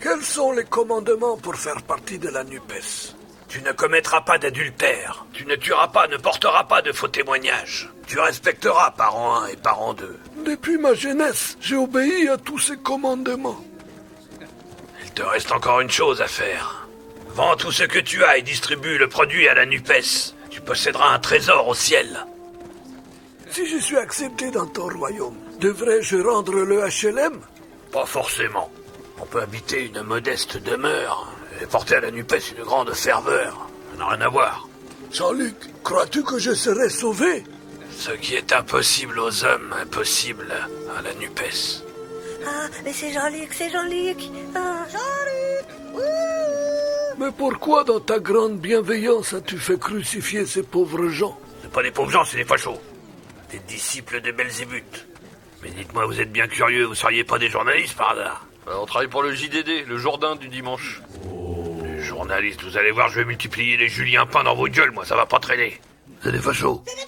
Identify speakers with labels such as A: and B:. A: Quels sont les commandements pour faire partie de la NUPES
B: Tu ne commettras pas d'adultère, tu ne tueras pas, ne porteras pas de faux témoignages, tu respecteras parent 1 et parent 2.
A: Depuis ma jeunesse, j'ai obéi à tous ces commandements.
B: Il te reste encore une chose à faire. Vends tout ce que tu as et distribue le produit à la NUPES. Tu posséderas un trésor au ciel.
A: Si je suis accepté dans ton royaume, devrais-je rendre le HLM
B: Pas forcément. On peut habiter une modeste demeure et porter à la NUPES une grande ferveur. Ça n'a rien à voir.
A: Jean-Luc, crois-tu que je serai sauvé
B: Ce qui est impossible aux hommes, impossible à la NUPES.
C: Ah, mais c'est Jean-Luc, c'est Jean-Luc. Ah, Jean-Luc
A: Mais pourquoi dans ta grande bienveillance as-tu fait crucifier ces pauvres gens
B: C'est pas des pauvres gens, c'est des fachos. Des disciples de Belzébuth. Mais dites-moi, vous êtes bien curieux, vous seriez pas des journalistes par hasard
D: Euh, on travaille pour le JDD, le Jourdain du dimanche.
B: Oh. Les journalistes, vous allez voir, je vais multiplier les Julien Pain dans vos gueules, moi, ça va pas traîner. C'est des fachos.
C: Ah,